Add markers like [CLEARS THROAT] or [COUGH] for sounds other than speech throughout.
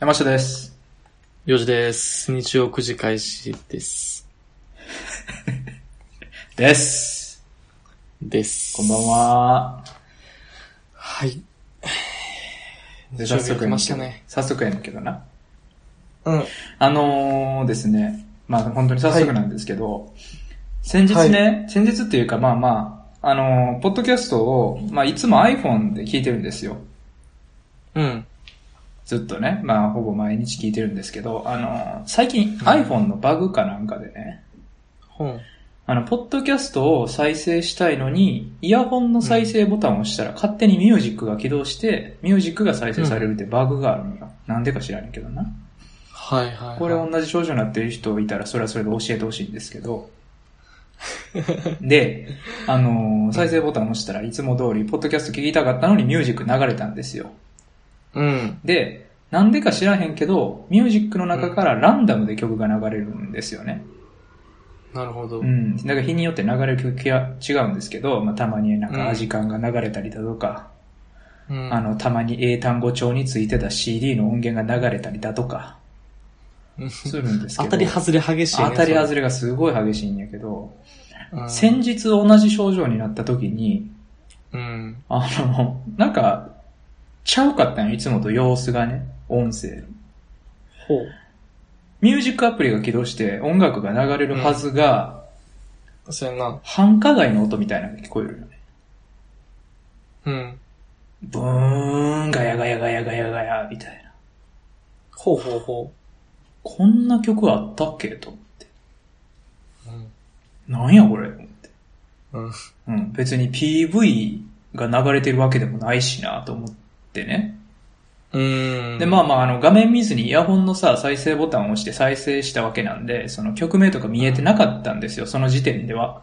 山下です。 4時です。日曜9時開始です。です。です。こんばん。は。 [SIGHS] はい。で日曜日が来ましたね。早速やねんけどな。うん。あのーですね、まあ本当に早速なんですけど、先日ね、先日っていうかまあまあ、あのーポッドキャストを、まあいつも iPhone で聞いてるんですよ。うん。ずっとね、まあほぼ毎日聞いてるんですけど、あのー最近 iPhone のバグかなんかでね、本。あの、ポッドキャストを再生したいのに、イヤホンの再生ボタンを押したら、勝手にミュージックが起動して、ミュージックが再生されるってバグがあるのよ。なんでか知らんけどな。はいはい、はい。これ同じ症状になってる人いたら、それはそれで教えてほしいんですけど。で、あのー再生ボタンを押したらいつも通り、ポッドキャスト聞きたかったのにミュージック流れたんですよ。うん。で、なんでか知らへんけど、ミュージックの中からランダムで曲が流れるんですよね。なるほど。うん。だから日によって流れる曲が違うんですけど、まあ、たまになんかアジカンが流れたりだとか、うんあ、の、たまに英単語帳についてた CD の音源が流れたりだとか、うんするんですけ [LAUGHS] 当ど。たり外れ激しい、ね。当たりれ。外れがすごい激しいんやけど、うん。先日同じ症状になった時に、うん。あの、なんか、ちゃうかったんよ、いつもと様子がね、音声。ほミュージックアプリが起動して音楽が流れるはずが、う。そやな。繁華街の音みたいなのが聞こえるよね。うん。ブーン、ガヤガヤガヤガヤガヤ、みたいな。ほうほうほこんな曲あったっけと思って。う。うん。なんやこれと思って。うん。うん。別に PV が流れてるわけでもないしなと思ってね。うん。で、まあまあ、あの、画面見ずにイヤホンのさ、再生ボタンを押して再生したわけなんで、その曲名とか見えてなかったんですよ、その時点では。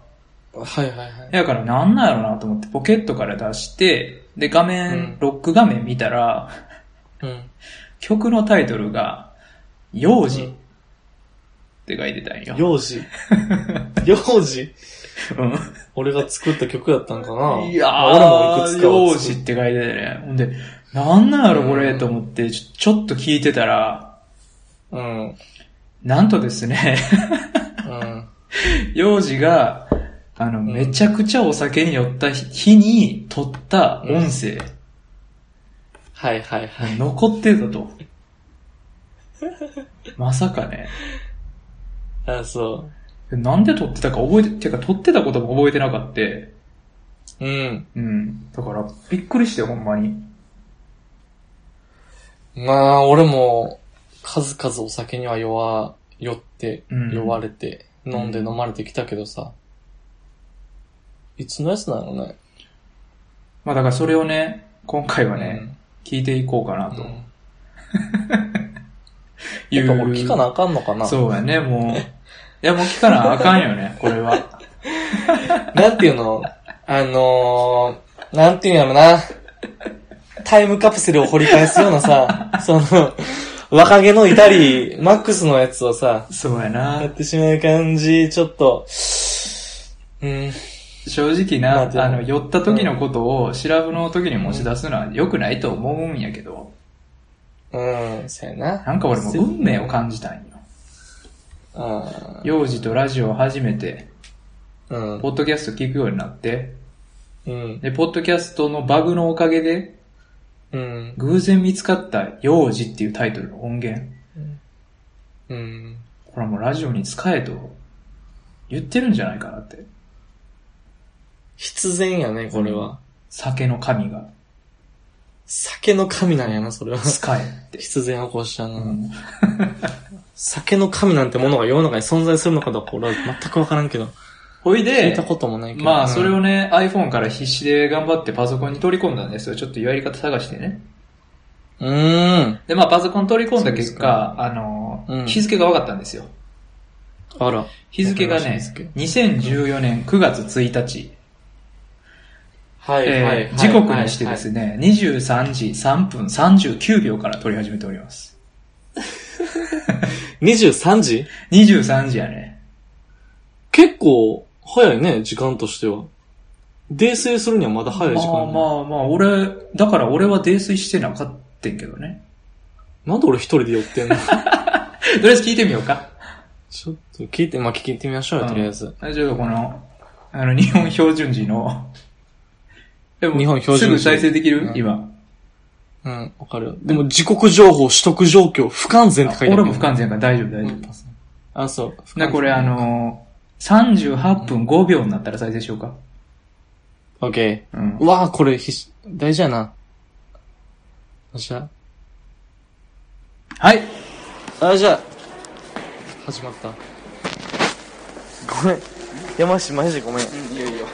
はいはいはい。だからなんなんやろうなと思ってポケットから出して、で、画面うん、ロック画面見たら、うん。曲のタイトルが、幼児うっんて書いてたんよ。幼児。 [LAUGHS] 幼児うん俺が作った曲やったんかな。いやまあ俺もいくー、つかは幼作児っって書いてたね。ほんで、なんなんやろこうれんと思ってちょ、ちょっと聞いてたら、うん。うん。なんとですね、 [LAUGHS] 幼児が、あの、んめちゃくちゃお酒に酔った日に撮った音声、はいはいはい。残ってた [LAUGHS] と。まさかね。あ、そなんで撮ってたか覚えて、てか撮ってたことも覚えてなかった。う。うん。うん。だから、びっくりして、ほんまに。まあ、俺も、数々お酒には弱、酔って、うん酔われて、ん飲んで飲まれてきたけどさ。いつのやつなのね。まあだからそれをね、今回はね、聞いていこうかなうん。とうんいやう。っぱこれ聞かなあかんのかなそうやね、もう。いや、もう聞かなあかんよ [LAUGHS] ね、これは。なんていうのあのー、なんていうんやろな。タイムカプセルを掘り返すような [LAUGHS] さ、その、若気の至り、マックスのやつをさ、そうややなっ。てしまう感じ、ちょっと、うん、正直な、まあでもあの、酔った時のことを、シラフの時に持ち出すのは良くないと思うんやけど、うん、そうやな。なんか俺もせ運命を感じたんよ。あ幼児とラジオを始めて、あ、うんポ。ッドキャスト聞くようになって、うん。で、ポッドキャストのバグのおかげで、うん。偶然見つかった幼児っていうタイトルの音源。うん。これはもうラジオに使えと言ってるんじゃないかなって。必然やね、これは。酒の神が酒の神なんやな、それは。使えって。必然をこうしたうな。ん酒の神なんてものが世の中に存在するのかどうか俺は全くわからんけど。ほい聞いでた、こともないけど。まあうんそれを。ね、iPhone から必死で頑張ってパソコンに取り込んだんですよ。ちょっとやり方探してね。うーん。で、まあパソコン取り込んだそう結です果か、あのうー、ん日付が分かったんですよ。あら。日付がわかりねました日、 2014年9月1日。はえー時刻にしてですね、23時3分39秒から撮り始めております。ね。23時23時やね。結構、早いね、時間としては。泥酔するにはまだ早い時間。 [LAUGHS] まあまあまあ、俺、だから俺は泥酔してなかったんけどね。なんで俺一人で寄ってんの [LAUGHS] とりあえず聞いてみようか。ちょっと聞いて、まあ、聞いてみましょうよ、とりあえず。大丈夫この、あの、日本標準時の、でも [LAUGHS] 日本標準時すぐ再生できる、うん今。うん、わかるよ。でも、時刻情報、取得状況、不完全って書いてある。俺も不完全だから大丈夫、大丈うんあ、そう。夫。で、これあのー、38分5秒になったら再生しようか。オッケうんー。う。わあ、これ必死、大事やな。よっしゃ。はい。あ、じゃあ。始まった。ごめん。山下、マジでごめん。いいよいい [LAUGHS] よ。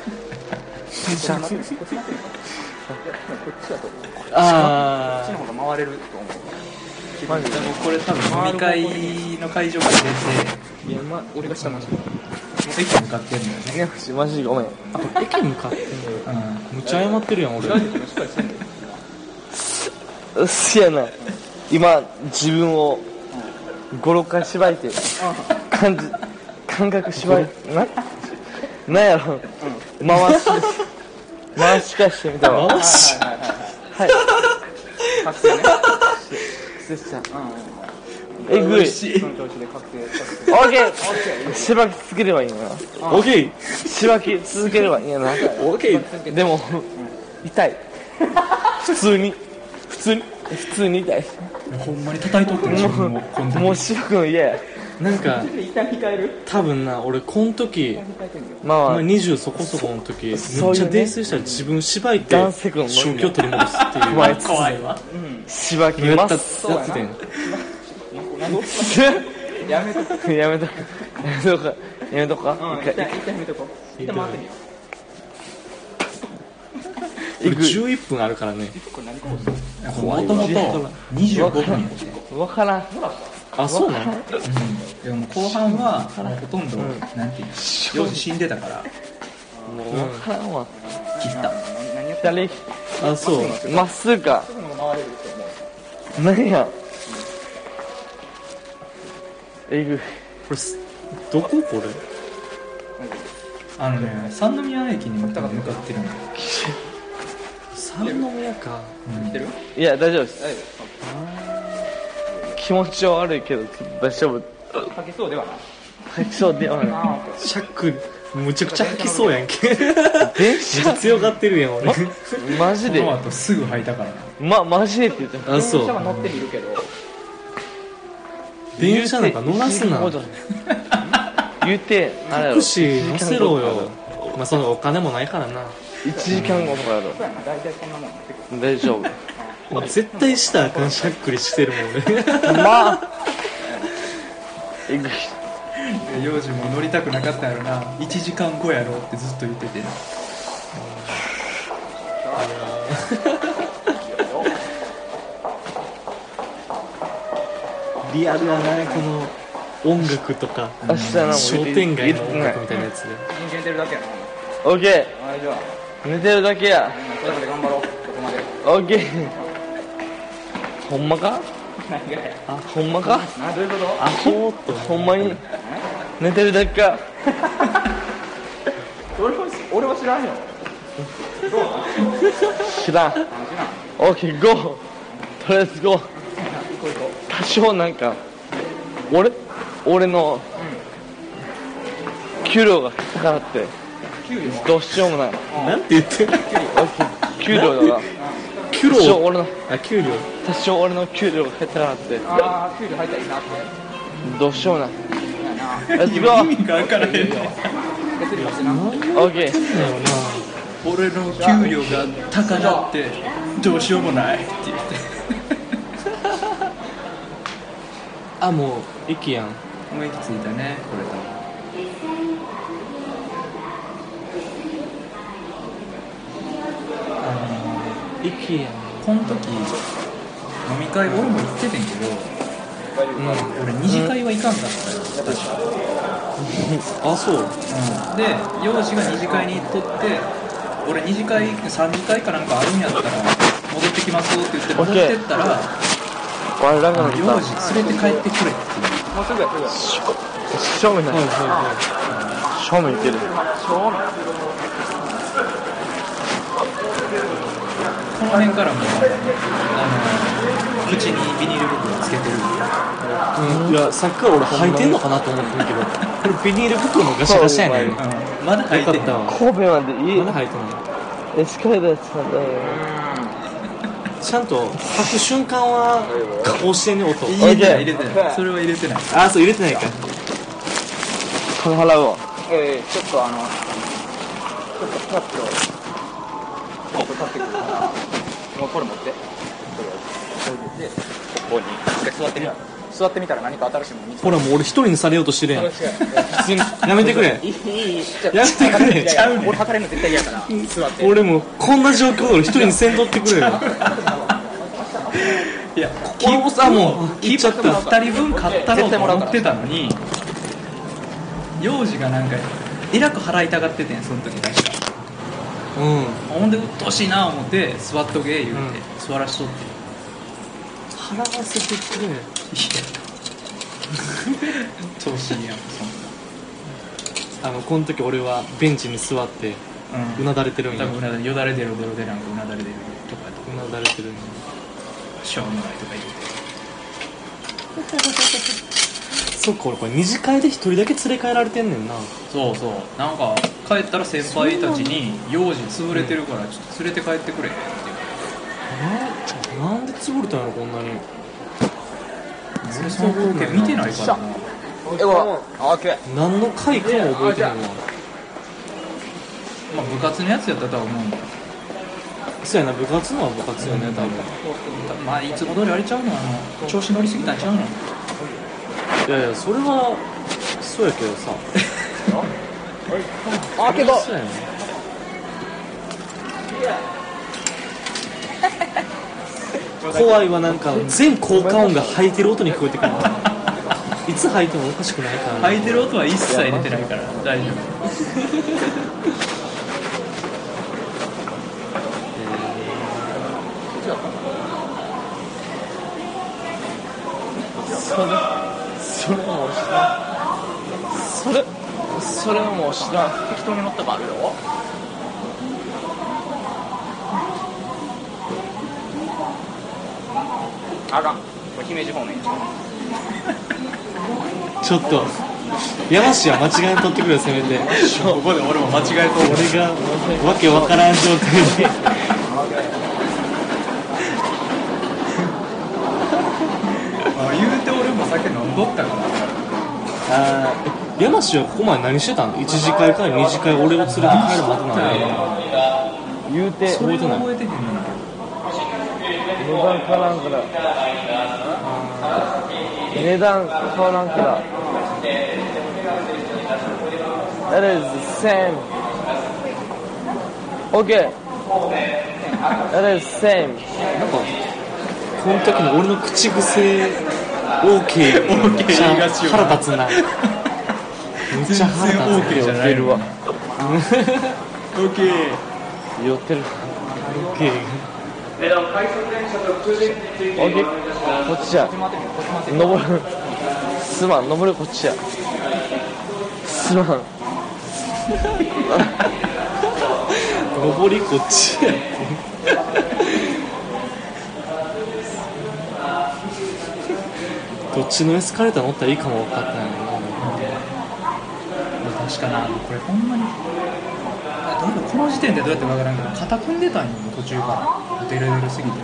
あー。方が回れると思う。マジででもこれ多分飲み会の会場から出て、いや、ま、俺が下マジ駅に向かってるんだよね。山下、マジでごめん。あ、駅向かってんのよ。 [LAUGHS] むっちゃ謝ってるやん、俺。うっせやな今自分を56回縛いて感じ感覚縛いてななんやろ、回し回し返してみたわ回し、はい確定ね。失礼したうえぐいオッしい。ん。その調子で確定。ケーしばき続ければいいんやオッケーなしばき続ければいいんやなオッケーでも痛い普通に普通に普通に痛いほんまに叩いとってる自分を、こんだけもうしばくの嫌やなんか、痛み変える多分な、俺、この時、ままああ、20そこそこの時、めっちそうゃいうね泥酔したら自分縛いて、男性君の正気を取り戻すっていう。まあ怖いわ。しばきやっまた、すやってたやん。やめとこ [LAUGHS] やめとこやめとこやめとこう。うん。一痛い、回痛いやめとこう。痛い、待ってみよ俺11分あるからね。もともと25分やって。分からんあ、そうなのでも後半はもうほとんど、なんていうの幼児死んでたから分からんわ切ったう。何やって誰あ、そう。まっすぐかるのが回れると思う。何やえぐいこれす、どここれあのね三宮駅に向かってるの三宮か。来てるいや大丈夫です大丈気持ちは悪いけど大丈夫夫。かけそうではない。吐きそうではないああ、シャック、むちゃくちゃ吐きそうやんけ。電車強がってるやん、俺。マジそでの後すぐ履いたからなまマジでって言っあ、た電車そはう。乗ってみるけど。電車なんか乗らすな。言うてあれやタろクシー乗せろよ。まあ、そのお金もないからな。 1時間後とかやろそうやな、大体こんなもん。結大丈夫もう絶対したらあかんしゃっくりしてるもんね。まあえぐい幼児も乗りたくなかったやろな1時間後やろってずっと言ってて [LAUGHS] リアルやな、この音楽とか、明日なもう商店街の音入れ楽てみたいなやつで。構人間出るだけやな。オッケはい、じゃあ、ー寝てるだけやうんそれぞれ頑張ろう。ここまで。オッケーほんまか何がや。あほんまかな、どういうことあほほんまに寝てるだけか俺は、俺は知らんよ。知らんあ知らん。オッケーゴーとりあえずゴーこういうこ多少なんか俺俺の給料が減ったからってう。給料。どうしようもないなんて言ってる給料だからキュ多少ロ俺のあ、給料。多少俺の給料が減ったからってああ、給料入ったらいいなって。どうしようもないやな。レッツゴー意味が分からへん別に待ってな。オッケーだよな。俺の給料が高なってどうしようもないって言ってあ、もう、駅やん。もう駅着いたねこれ多分あのー駅やん。この時飲み会俺も行っててんけど、俺二次会は行かんかったよ、確か、あ、そう。で幼児が二次会に行っとって俺二次会三次会かなんかあるんやったら戻ってきますって言って戻ってったら我らあがのの幼さ児連れて帰ってくれっていうもうすぐや、すぐや。正面だはいは正面いける正面。この辺からもうあの口にビニール袋をつけてるうん、いや、さっきから俺履いてんのかなと思ってるけど、これビニール袋のガシャガシャやねん。よかうんまだ入ってへんったわ。神戸までいまいだ履いてなエスカレーター使ったよい。ちゃんと履く瞬間は加工してんね、音。入れてない入れてないそれは入れてないあ、そう、入れてないか。これ払うわええ、ちょっとあの、ちょっとパッと、ちょっと立ってくるから、もうこれ持って。とりあえずで、ここに、一回座ってみたら、座ってみたら何か新しいもの見つほら、もう俺一人にされようとしてるやん。普通にやめてくれ。いい、いい、ちょっやめてくれいやいや俺測れるの絶対嫌やから、座って。俺もうこんな状況で俺一人にせんとってくれよ。いやこれもさ、もう、キ行っーちパゃーっ君た。 2人分買ったろうと思ってたのに幼児がなんかえらく払いたがっててんその時確かうん。ほ [LAUGHS] んでうっとうしいな思って座っとけ言うて、うん座らしとって払わせてくれ。 [LAUGHS] 調子いいやんそあの、この時俺はベンチに座っんて、なうなだれてるん多や。分うなだれよだれ出るよだれ出るなんかうなだれ出るとかうなだれてるんや。しょうもないとか言うてそっか、俺これ二次会で一人だけ連れ帰られてんねんな。そうそうなんか帰ったら先輩たちに幼児潰れてるからちょっと連れて帰ってくれってななんで潰れたんやろこんなに俺その光景見てないからなえ、わ、オッケー。何の回かも覚えてないわまあ部活のやつやったとは思うんだそうやな部活のは部活よね多分まあいつも通りあれちゃうのあの調子乗りすぎたんちゃうのいやいやそれはそうやけどさあけど、そうやね怖いはなんか全効果音が吐いてる音に聞こえてくるいつ吐いてもおかしくないから履いてる音は一切出てないから大丈夫それは俺それ、それはもう知らん。適当に乗ったかあるよ。あかん。これ姫路方面。ちょっと山氏は間違いに取ってくれよせめてここで俺も間違えと俺がわけわからん状態で言うて俺も酒飲んどったからあー山氏はここまで何してたの一次会から二次会俺を連れて帰るまでなの言うてそ覚れえてがない覚えてへんのよ値段変わらんから値段変わらんから That is the same OK That is same なんかこの時の俺の口癖 OK めっちゃ腹立つなめっちゃ腹立つ全然 OK じゃない寄ってるわオッケー寄ってる OK OK こっちや登るすまん登るこっちやすまん上りこっちやってどっちのエスカレーター乗ったらいいかも分かったんやろな確かなこれほんまにあどういうこの時点でどうやって分からんけど肩組んでたんよ途中からデレデレすぎてよし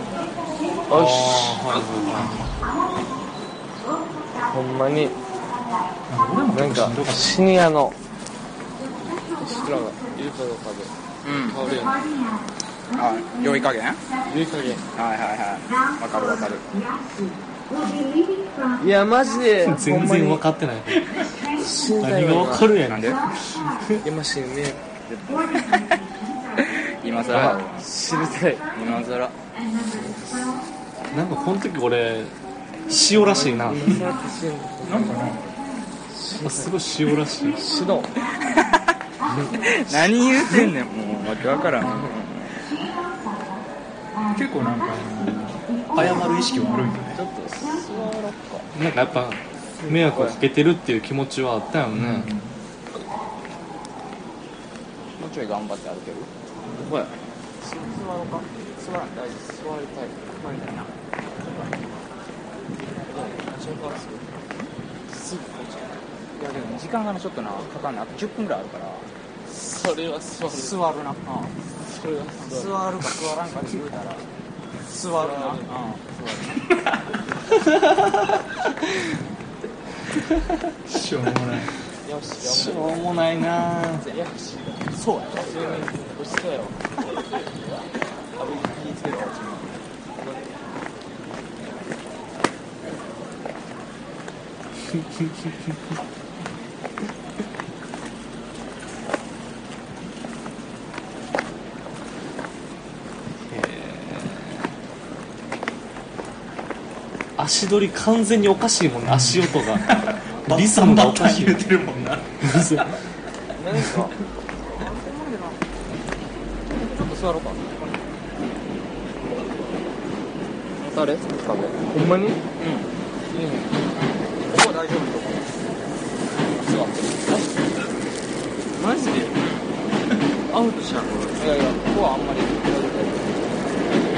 ほんまになんか俺もな結ん構しかんどかったシニアのうん。良い加減良い加減。はいはいはい。わかるわかる。いやマジでほ全んま然に分かってない死んだ何がよ分かるやなんんで今死ぬね [LAUGHS] 今さら、知りたい今さら。なんかこの時俺塩らしいななんかねすごい塩らしい死の何言うてんねん、もう。わけわからん。結構なんかあの謝る意識はあるんよねなんかやっぱ迷惑をかけてるっていう気持ちはあったよね、もうちょい頑張って歩けるお前座ろうか座らない大丈夫座りたい座りたいな立ち上がるすすぐこっちいやでも時間がなちょっとなかかんないあと10分ぐらいあるからそれは座る座るな、それは座るか座らんかで言うたら座るな、うん、しょうもない。座るよししやょうもないなぁ。ばいやしそうや美味しそうやろあぶ気ぃつけろ自分足取り完全におかしいもんね、足音 [LAUGHS] が。リズムがおかしい。言うてるもんな。 [LAUGHS] なんか、ちょっと座ろうか。誰うん。こほんまにこは大丈夫と思う。座って。マジでアウトしちゃういやいや、ここはあんまり大丈夫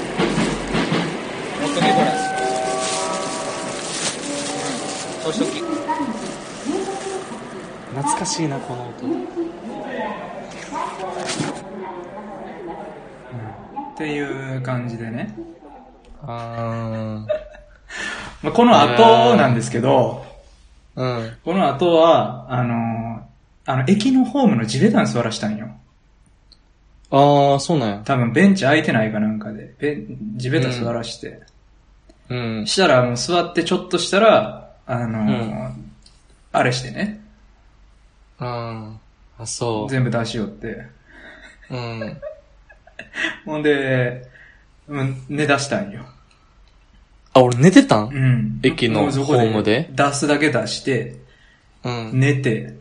持っとけ、これ。うん。そうしとき。懐かしいな、この音。っていう感じでね。あまあ、この後なんですけど、ー。うん。この後は、あのーあの、駅のホームの地べたに座らしたんよ。ああ、そうなんや。多分ベンチ空いてないかなんかで、ベン地べた座らして。うん。したら、もう座ってちょっとしたら、あのーうあれしてね。あーあ、そ全部出しよって。う。うん。ほんで、うん、寝出したんよ。あ、俺寝てたんうん。駅のもうそこホームで出すだけ出して、うん。寝て、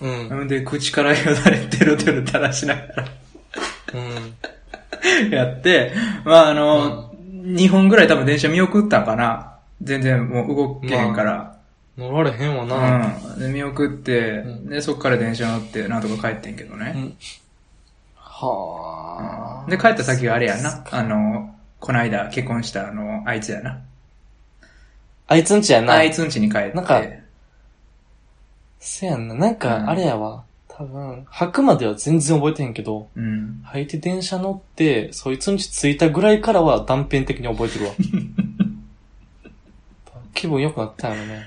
うん。ほんで、口からよだれてるてる垂らしながら。う [LAUGHS] ん。やって、まああの、2本ぐらい多分電車見送ったんかな。全然もう動けへんから。乗られへんわな。うん。で、見送って、で、そっから電車乗って、なんとか帰ってんけどね。はあ。で、帰った先があれやな。あの、こないだ結婚したあの、あいつやな。あいつんちやな。あいつん家に帰って。なんかせやんな。なんか、あれやわ。多分、吐くまでは全然覚えてへんけど、うん。履いて電車乗って、そいつん家着いたぐらいからは断片的に覚え [LAUGHS] てるわ。気分良くなったんやろね。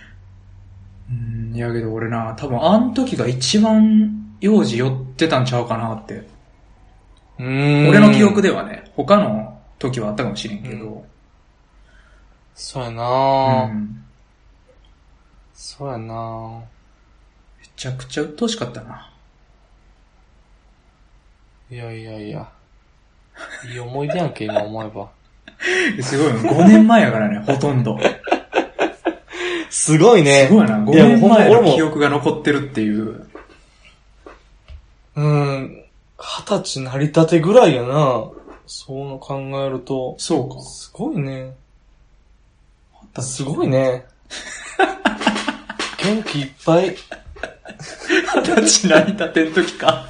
うん、いやけど俺な、多分あん時が一番幼児寄ってたんちゃうかなって。うー [LAUGHS] ん。俺の記憶で。ではね、他の時はあったかもしれんけど。そうやなうぁ、ん。そうやなぁ。めちゃくちゃ鬱陶しかったな。いやいやいや。いい思い出やんけ、今思えば。すごい、5年前やからね、ほとんど。すごい [LAUGHS] ね。すごいな、5や年ほんま前俺のも記憶が残ってるっていう。うーん。二十歳なりたてぐらいやなそうの考えると。そうか。すごいね。すい。ごいね。元気いっぱい。二十歳成り立てん時か。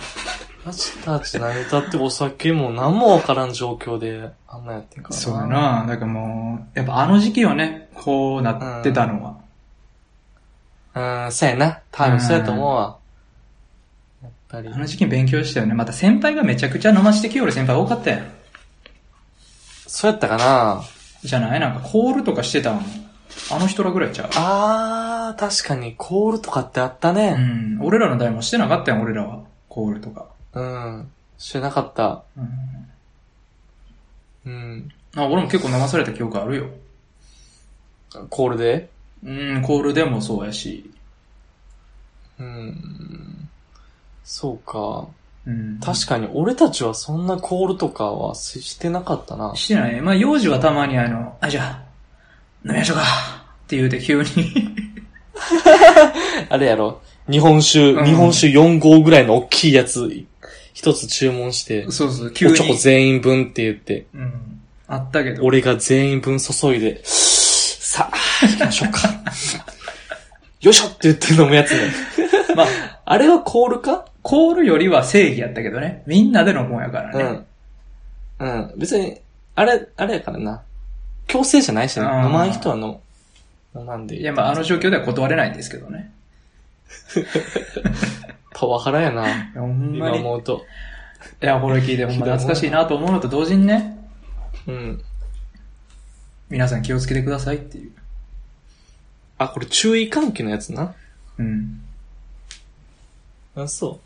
マジたち何歌ってお酒も何もわからん状況であんなんやってんからそうや。な、だからもう、やっぱあの時期はね、こうなってたのは。うん、そうやな。多分そうやと思うわ。やっぱりあ。の時期勉強したよね。また先輩がめちゃくちゃ飲ましてきよる先輩多かったやん。そうやったかなじゃないなんかコールとかしてたん。あの人らぐらいちゃう。あー、確かにコールとかってあったうね。ん。俺らの代もしてなかったやん、俺らは。コールとか。うん。してなかった。うん。うん。あ、俺も結構飲まされた記憶あるよ。コールでうん、コールでもそうやし。うん。そうか。うん。確かに俺たちはそんなコールとかはししてなかったな。してない。まあ、幼児はたまにあの、あ、じゃあ、飲みましょうかって言うて急に。あれやろ日本酒、うん日本酒4号ぐらいの大きいやつ、一つ注文して。そうそう、急おにちょ。こ全員分って言って、うん。あったけど。俺が全員分注いで、さあ、行きましょ [LAUGHS] うか。よいしょって言って飲むやつね。まあ、あれはコールかコールよりは正義やったけどね。みんなでのもんやからうね。ん。うん。別に、あれ、あれやからな。強制じゃないしね。うん飲まん人は飲む飲まんでいい。いや、まあ、あの状況では断れないんですけどね。パワハラやな。いやほんま今に。い思うと。や、これ聞いてほんま懐かしいなと思うのと同時にね、うん。皆さん気をつけてくださいっていう。あ、これ注意喚起のやつな。うん。あ、そ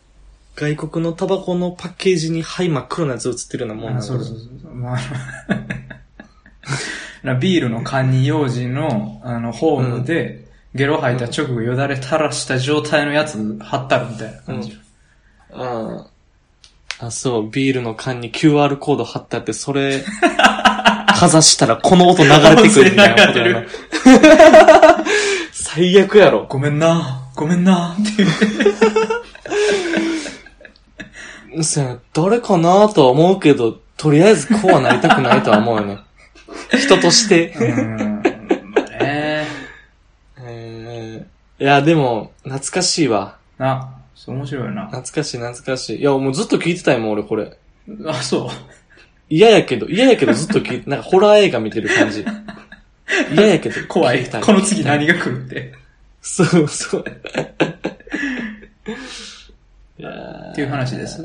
う。外国のタバコのパッケージに灰真っ黒なやつ映ってるようなもんなあのそうそうそう。まああのな、 [LAUGHS] ビールの缶に用心の、あの、ホームで、ゲロ吐いた直後よだれ垂らした状態のやつ貼ったるみたいな感じ。うん。あ、そう。ビールの缶に QR コード貼ってあって、それ、 [LAUGHS] かざしたらこの音流れてくるみたいなことやな音。 [LAUGHS] 最悪やろ。ごめんなごめんなっていう。そや誰かなとは思うけど、とりあえずこうはなりたくないとは思うよ [LAUGHS] ね。人として。うん。 [LAUGHS] まあね。えーいや、でも、懐かしいわ。な、そう面白いな。懐かしい、懐かしい。いや、もうずっと聞いてたよ、もう俺これ。あ、そう。嫌やけど、嫌やけどずっ [LAUGHS] と聞いて、なんかホラー映画見てる感じ。嫌やけど、怖聞い。きたこの次何が来るって。そ [LAUGHS] うそう。いやーっていう話です。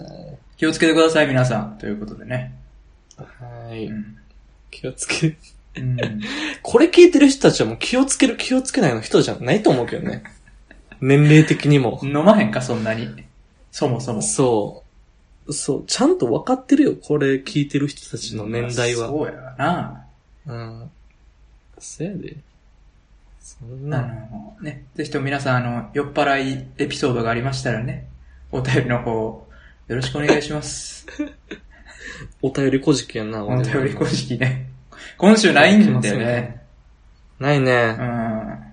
気をつけてください、皆さん。ということでね。はい、うん気をつけ、うん、これ聞いてる人たちはもう気をつける気をつけないの人じゃないと思うけどね。年齢的にも。飲まへんか、そんなに。そもそも。そう。そう。ちゃんと分かってるよ。これ聞いてる人たちの年代は。そうやわな。うん。そやで。そんあな。の、ね、ぜひとも皆さん、あの、酔っ払いエピソードがありましたらね、お便りの方、よろしくお願いし [LAUGHS] ます。お便りこじきやんな、お俺便り公式ね。今週ないんだよね。ないねうん。。あ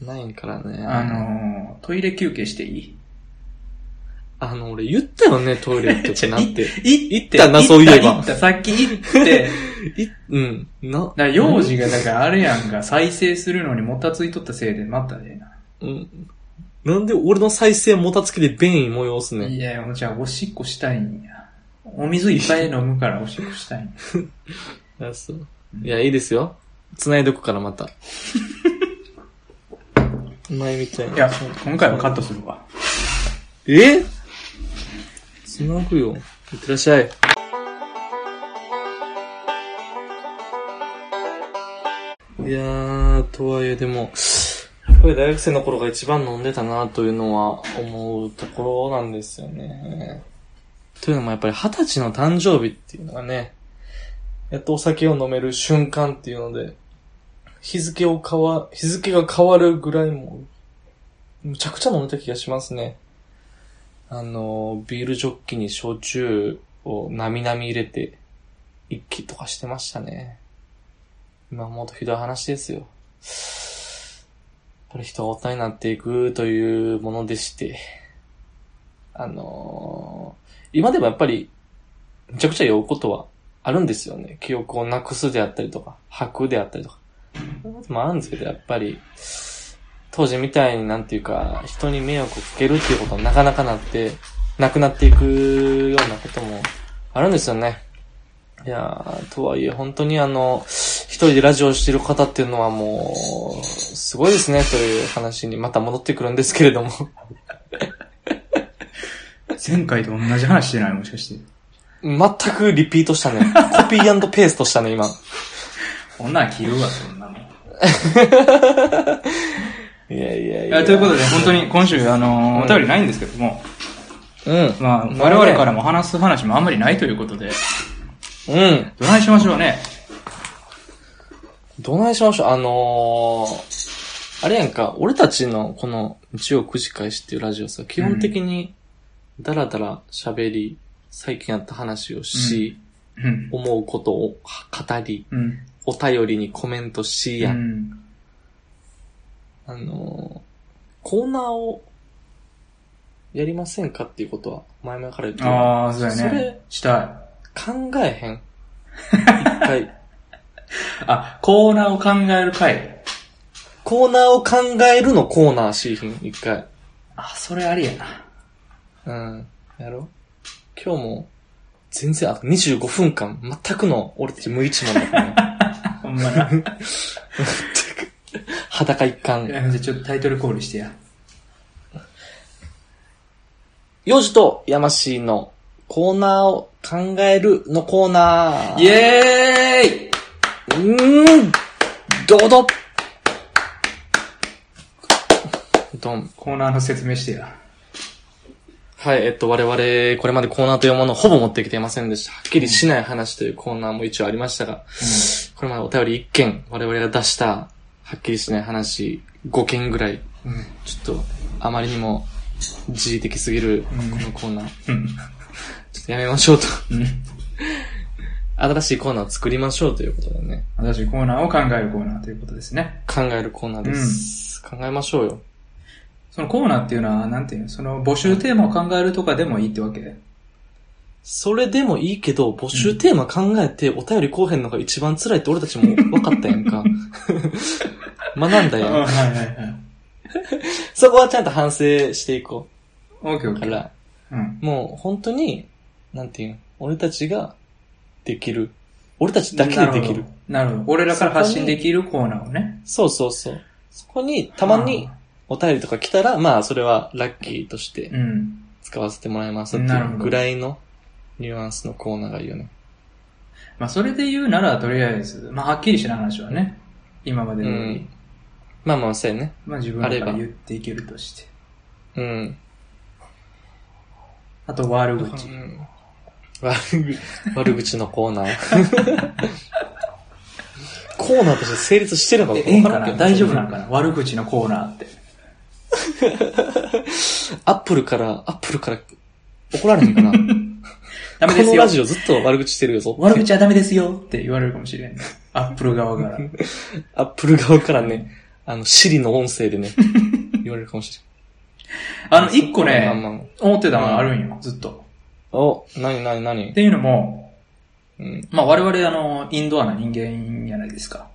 ないからね。の、トイレ休憩していいあの、俺言ったよね、トイレ行ってって [LAUGHS] なって。い行ったなそういえば行った、さっき行って。い、うん。な、だから幼児が、だからあれやんか、再生するのにもたついとったせいで、またねうん。なんで俺の再生もたつきで便意催すえな。ね。いや、もうじゃあおしっこしたいんや。お水いっぱい飲むからおしっこしたいんや。あそういや、いいですよ。繋いどくからま [LAUGHS] た。前みたいいな。や、今回はカットするわ。え繋ぐよ。いってらっしゃい。いやー、とはいえでも、やっぱり大学生の頃が一番飲んでたなというのは思うところなんですよね。というのもやっぱり二十歳の誕生日っていうのがね、やっとお酒を飲める瞬間っていうので、日付を変わ、日付が変わるぐらいもう、むちゃくちゃ飲めた気がしますね。あの、ビールジョッキに焼酎をなみなみ入れて、一気とかしてましたね。今思うとひどい話ですよ。やっぱり人は大人になっていくというものでして、あの今でもやっぱり、むちゃくちゃ酔うことはあるんですよね。記憶をなくすであったりとか、吐くであったりとか。そういうこともあるんですけど、やっぱり、当時みたいになんていうか、人に迷惑をかけるっていうことはなかなかなって、なくなっていくようなこともあるんですよね。いやー、とはいえ本当にあの、一人でラジオをしてる方っていうのはもう、すごいですね、という話にまた戻ってくるんですけれども。 [LAUGHS] 前回と同じ話してないもしかして。全くリピートしたね。コピーペーストしたね、今。こんなん切るわ、そんなの。いいやいやいや、ということで、本当に今週、あのーお便りないんですけども、うん。まあ、我々からも話す話もあんまりないということで、うん。どないしましょうね。どないしましょうあのー、あれやんか、俺たちのこの日曜9時開始っていうラジオさ、基本的にダラダラ喋り、最近あった話をし、うん。思うことを語り、うん。お便りにコメントしや、うん。あのー、コーナーをやりませんかっていうことは前々から言ってる。ああ、そうやそねれ。したい。考えへん。一回。 [LAUGHS] あ、コーナーを考える会。コーナーを考えるのコーナーしひん、一回。あ、それありやな。うん。やろ今日も、全然、あと25分間、全くの、俺たち無一文だったね。 [LAUGHS] ほんまな。 [LAUGHS] い裸一貫。やじゃあちょっとタイトルコールしてや。幼児と山氏のコーナーを考えるのコーナー。イエーイうーんどうぞどん。コーナーの説明してや。はい、えっと、我々、これまでコーナーというものをほぼ持ってきていませんでした。はっきりしない話というコーナーも一応ありましたが、これまでお便り1件、我々が出した、はっきりしない話5件ぐらい、うん。うん。ちょっと、あまりにも、恣意的すぎる、このコーナー、うん。ちょっとやめましょうと。うん。新しいコーナーを作りましょうということでね、私コーナーを考えるコーナーということですね。考えるコーナーです。考えましょうよ。そのコーナーっていうのは、なんていうのその募集テーマを考えるとかでもいいってわけそれでもいいけど、募集テーマ考えてお便りこうへんのが一番辛いって俺たちも分かったやん [LAUGHS] か。学んだあやん。はいはい [LAUGHS] はい。そこはちゃんと反省していこオーケーオうーかケー。ら、うん。もう本当に、なんていうん、俺たちができる。俺たちだけででなるほきる。ど。なるほど。俺らから発信できるコーナーをね。そうそうそう。そこに、たまにお便りとか来たら、まあそれはラッキーとしてうん。使わせてもらいますってないるほうどぐらいのニュアンスのコーナーがいいよね。まあ、それで言うなら、とりあえず、まあ、はっきりしない話はね、今までうのよりん。まあまあそうやね。まあ、自分から言っていけるとして。うん。あと、悪口。うん [LAUGHS] 悪口悪口のコー [LAUGHS] ナー。コーナーとして成立してるのかえ、ええん分からんなけど大丈夫なのかな悪口のコーナーって。アップルから、アップルから怒られへん [LAUGHS] かなこダメでのすよラ。ジオずっと悪口してるよぞ。悪口はダメですよって言われるかもしれ [LAUGHS] んね。アップル側から。アップル側からね、あの、シリの音声で [LAUGHS] ね、言われるかもしあの、一個れない。まね、あま思ってたのがあるんよ、ずっと。あお、なになになにっていうのも、うん。まあ我々あの、インドアな人間じゃないですか。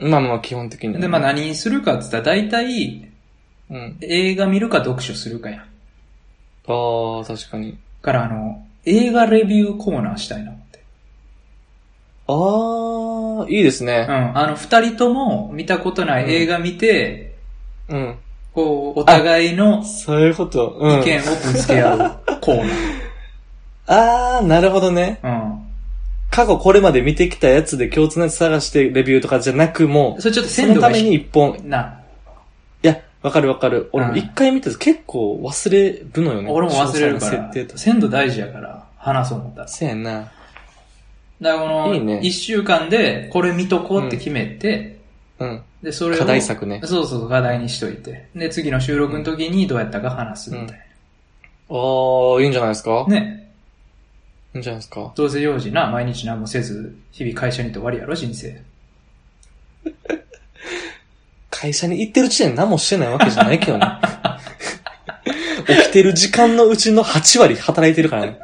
まあまあ、基本的にはね。で、まあ何するかって言ったら大体うん。映画見るか読書するかやん。ああ、確かに。からあの、映画レビューコーナーしたいなって。ああ、いいですうん。ね。あの、二人とも見たことない映画見て、うん。こう、お互いのそういうこと。う意ん。見をぶつけ合うコー [LAUGHS] ああ、なるほどね。ナー。うん。過去これまで見てきたやつで共通のやつ探してレビューとかじゃなくもう、それちょっとそ鮮の度たがめ低にい。一本。な、いや、わかるわかる。俺も一回見たやつ結構忘れるのよね。俺も忘れるか詳細の設定とら、か鮮度大事やから、話そう思ったら。せやな。だからこいいの、ね一週間でこれ見とこうって決めて、うん。で、それを。課題作ねそうそうそう、課題にしといて。で、次の収録の時にどうやったか話すみたいああ、いいんじゃないですか、な。ね。いいんじゃないですかどうせ用事な、毎日何もせず、日々会社に行って終わりやろ、人生。会社に行ってる時点で何もしてないわけじゃないけどね。 [LAUGHS] 起きてる時間のうちの8割働いてるからね。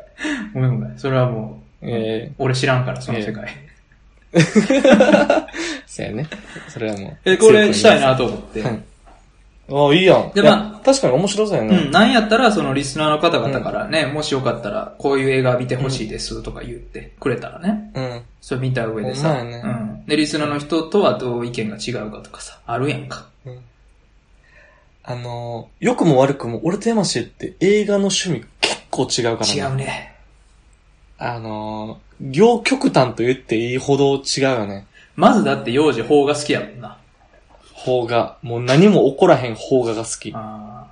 ごめんごめん。それはも [LAUGHS] う、ええ俺知らんから、その世界。せやね。それはもう。え、 [LAUGHS] これしたいなと思って。はいああ、いいやん。でいやま確かに面白そうやうな。ん、なんやったら、そのリスナーの方々からね、もしよかったら、こういう映画見てほしいですとか言ってくれたらね、うん。それ見た上でさ、ほんまやねうん。で、リスナーの人とはどう意見が違うかとかさ、あるやんか。あのー、良くも悪くも、俺と山氏って映画の趣味結構違うからね。違うね。あのー、両極端と言っていいほど違うよね。まずだって、幼児法が好きやもんな。邦画。もう何も起こらへん邦画が好き。あ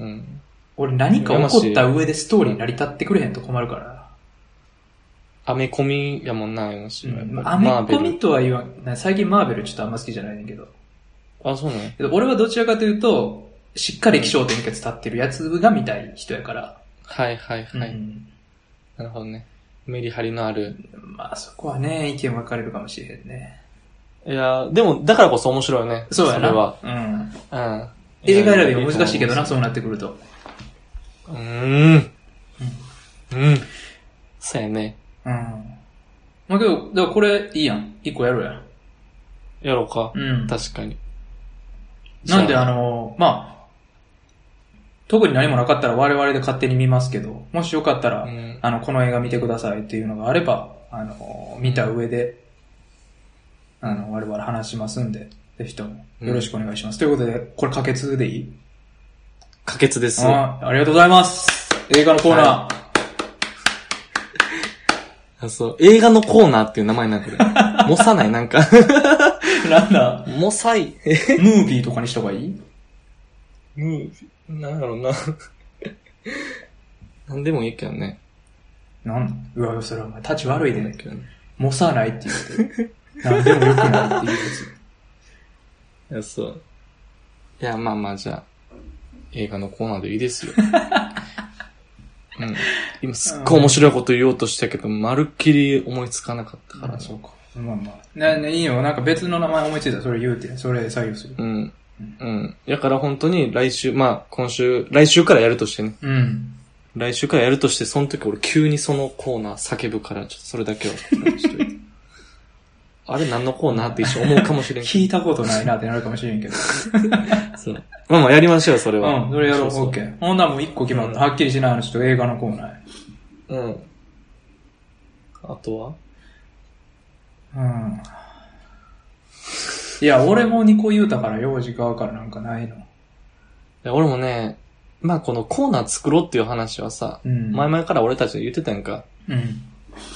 ーうん。俺何か起こった上でストーリー成り立ってくれへんと困るから。アメコミやもんな、山氏はやっぱり。アメコマーベミルとは言わん、最近マーベルちょっとあんま好きじゃないねんけど。あ、そうね。けど俺はどちらかというと、しっかり気象点結立ってるやつが見たい人やから。はいはいはい。うんなるほどね。メリハリのある。まあそこはね、意見分かれるかもしれへんね。いやーでも、だからこそ面白いよね。そうやそれはな。。うん。うん。映画選びも難しいけどな、そうなってくると。うーん。うん。そうやね。うん。まあけど、だからこれいいやん。一個やろうや。やろうか。うん。確かに。なんでじゃあの、まあ、特に何もなかったら我々で勝手に見ますけど、もしよかったら、うんあの、この映画見てくださいっていうのがあれば、あの、見た上で、あの、我々話しますんで、ぜひともよろしくお願いします。ということで、これ可決でいい可決です。あありがとうございます。映画のコーナー。はあそう。映画のコーナーっていう名前なん [LAUGHS] か、もさない、なん [LAUGHS] か。なんだ、もさい。えムービーとかにした方がいいうんなんだろうな。 [LAUGHS] なんでもいいけどね。なんだうわ、それお前、立ち悪いで、ね、けどね。もさないって言って。なんでもよくないっていうやいや、そう。いや、まあまあ、じゃあ、映画のコーナーでいいです [LAUGHS] よ。うん。今、すっごい面白いこと言おうとしたけど、まるっきり思いつかなかったつ。から、うか。まあまあ。ね、ね、いいよ。なんか別の名前思いついたらそれ言うて、それ採用する。うん。うん。だから本当に来週、まあ今週、来週からやるとしてね。うん。来週からやるとして、その時俺急にそのコーナー叫ぶから、ちょっとそれだけ [LAUGHS] は。ちょっとあれ何のコーナーって一瞬思うかもしれんけ聞いたことないなってなるかもしれんけど。 [LAUGHS] ど。そうまあまあやりましょう、それは。うん、それやろう。そオッケー。ほんならもう一個決まった。はっきりしない話と映画のコーナーや。ううん。あとはうん。いや、俺も2個言うたから、用事側からなんかないの。いや俺もね、まあこのコーナー作ろうっていう話はさ、うん前々から俺たちが言ってたやんか。うん。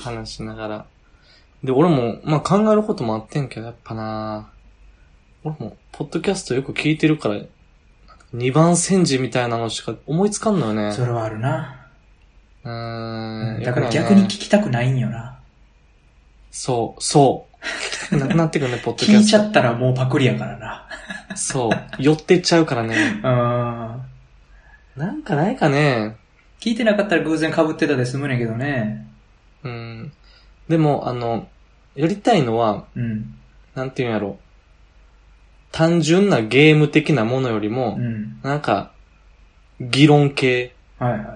話しながら。で、俺も、まあ考えることもあってんけど、やっぱな俺も、ポッドキャストよく聞いてるから、二番煎じみたいなのしか思いつかんのよね。それはあるな。うーん。だから逆に聞き、きたくないんよな。そう、そう。聞きたくなくなってくるね、ポッドキ聞ャいちスゃったらもうパクリやからな。ト。そう。寄ってっちゃうからね。うん。なんかないかね。聞いてなかったら偶然被ってたで済むねんけどね。うん。でも、あの、やりたいのは、うん。なんていうんやろ。単純なゲーム的なものよりもう、ん。なんか、議論系。はいはいはい。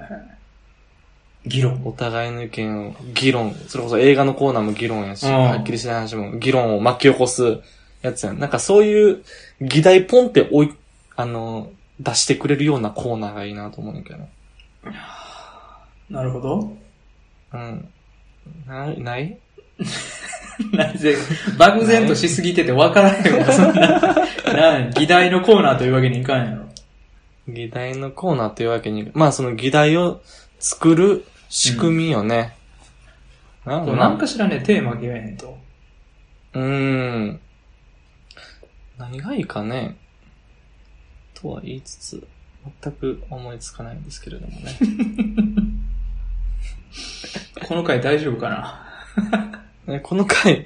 議論。お互いの意見を議論。それこそ映画のコーナーも議論やし、うんはっきりしない話も議論を巻き起こすやつやん。なんかそういう議題ポンっておい、あの、出してくれるようなコーナーがいいなと思うんやけど。なるほど。うん。ない、ないなぜ、漠然としすぎてて分からへん [LAUGHS] わ、そんな。な、議題のコーナーというわけにいかんやろ。議題のコーナーというわけに、まあその議題を作る仕組みよね。なんそうなんかしらね、テーマ決めへんと。うーん。何がいいかね。とは言いつつ、全く思いつかないんですけれども [LAUGHS] ね。この回大丈夫かなねこの回、